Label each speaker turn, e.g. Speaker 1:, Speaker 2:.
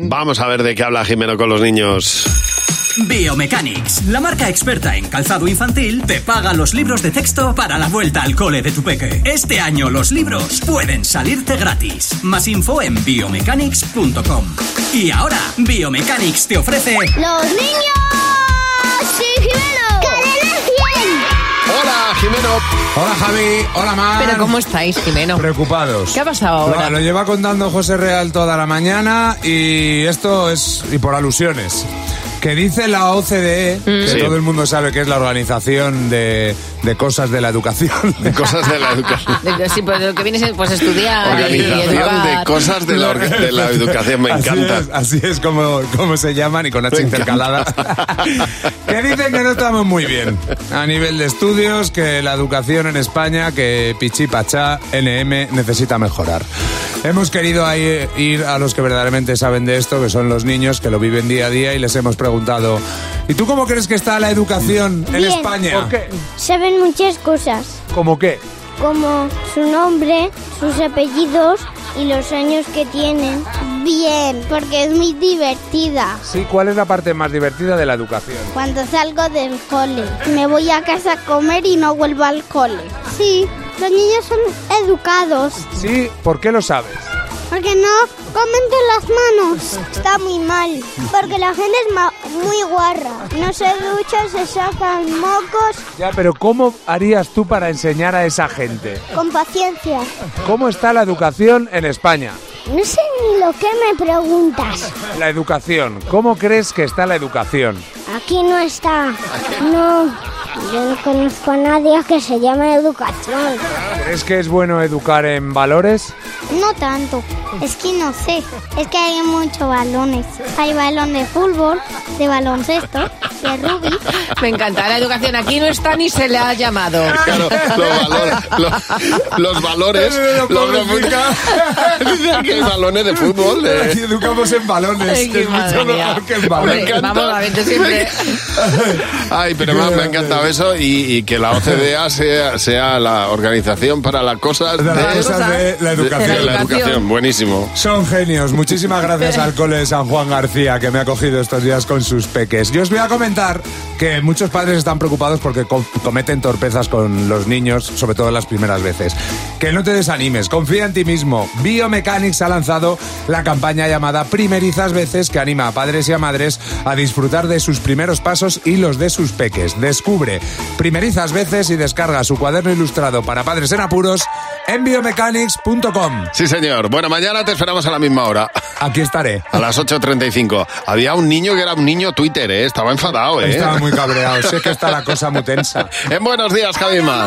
Speaker 1: Vamos a ver de qué habla Jimeno con los niños.
Speaker 2: Biomechanics, la marca experta en calzado infantil, te paga los libros de texto para la vuelta al cole de tu peque. Este año los libros pueden salirte gratis. Más info en biomechanics.com. Y ahora, Biomechanics te ofrece...
Speaker 3: ¡Los niños! ¡Sí, Jimeno!
Speaker 1: Hola, Jimeno.
Speaker 4: Hola Javi, hola Mar.
Speaker 5: Pero ¿cómo estáis, Jimeno?
Speaker 4: Preocupados.
Speaker 5: ¿Qué ha pasado
Speaker 4: Lo,
Speaker 5: ahora?
Speaker 4: lo lleva contando José Real toda la mañana y esto es y por alusiones. Que dice la OCDE, E, que
Speaker 5: Mm.
Speaker 1: Sí.
Speaker 4: todo el mundo sabe que es la organización de, de cosas de la educación.
Speaker 1: De cosas de la educación.
Speaker 5: De- Sí, pues lo que vienes es pues, estudiar y
Speaker 1: Organización de
Speaker 5: educar.
Speaker 1: cosas de la, orga- de la educación, me
Speaker 4: Así
Speaker 1: encanta.
Speaker 4: es, Así es, como, como se llaman y con H
Speaker 1: Me
Speaker 4: intercalada. que dicen que no estamos muy bien. A nivel de estudios, que la educación en España, que Pichi Pachá, NM, necesita mejorar. Hemos querido ahí ir a los que verdaderamente saben de esto, que son los niños que lo viven día a día, y les hemos preguntado: ¿Y tú cómo crees que está la educación en
Speaker 3: Bien.
Speaker 4: España?
Speaker 3: Saben muchas cosas,
Speaker 4: ¿Cómo qué?
Speaker 3: como su nombre, sus apellidos y los años que tienen. Bien, porque es muy divertida.
Speaker 4: Sí, ¿cuál es la parte más divertida de la educación?
Speaker 3: Cuando salgo del cole, me voy a casa a comer y no vuelvo al cole. Sí, los niños son educados,
Speaker 4: Sí, ¿por qué lo sabes?
Speaker 3: porque no comen de las manos. Está muy mal, porque la gente es ma- muy guarra. No se duchan, se sacan mocos
Speaker 4: Ya, pero ¿cómo harías tú para enseñar a esa gente?
Speaker 3: con paciencia.
Speaker 4: ¿Cómo está la educación en España?
Speaker 3: No sé ni lo que me preguntas.
Speaker 4: La educación, ¿cómo crees que está la educación?
Speaker 3: Aquí no está. No, yo no conozco a nadie que se llame educación.
Speaker 4: ¿Crees que es bueno educar en valores?
Speaker 3: No tanto. Es que no sé. Es que hay muchos balones. Hay balón de fútbol, de baloncesto, de rugby.
Speaker 5: Me encanta. La educación aquí no está ni se le ha llamado.
Speaker 1: Claro, los valores. Los, los valores. los Dicen que hay balones de fútbol. de-
Speaker 4: educamos en balones.
Speaker 5: Ay, qué madre mía.
Speaker 1: Me
Speaker 5: Hombre,
Speaker 1: encanta.
Speaker 5: vamos, la gente siempre...
Speaker 1: Ay, pero me, me ha encantado eso y, y que la OCDE sea, sea la organización para las cosas de,
Speaker 5: cosas de
Speaker 4: la
Speaker 1: de la educación.
Speaker 5: educación.
Speaker 1: Buenísimo.
Speaker 4: Son genios. Muchísimas gracias al cole de San Juan García que me ha cogido estos días con sus peques. Yo os voy a comentar que muchos padres están preocupados porque co- cometen torpezas con los niños, sobre todo las primeras veces. Que no te desanimes, confía en ti mismo. Biomechanics ha lanzado la campaña llamada Primerizas veces que anima a padres y a madres a disfrutar de sus primeros pasos y los de sus peques. Descubre Primerizas veces y descarga su cuaderno ilustrado para padres en apuros en biomechanics.com.
Speaker 1: Sí, señor. Bueno, mañana te esperamos a la misma hora.
Speaker 4: Aquí estaré.
Speaker 1: A las 8.35. Había un niño que era un niño Twitter, ¿eh? Estaba enfadado, ¿eh?
Speaker 4: Estaba muy cabreado. Sé que está la cosa muy tensa.
Speaker 1: En Buenos Días, Javi Mar.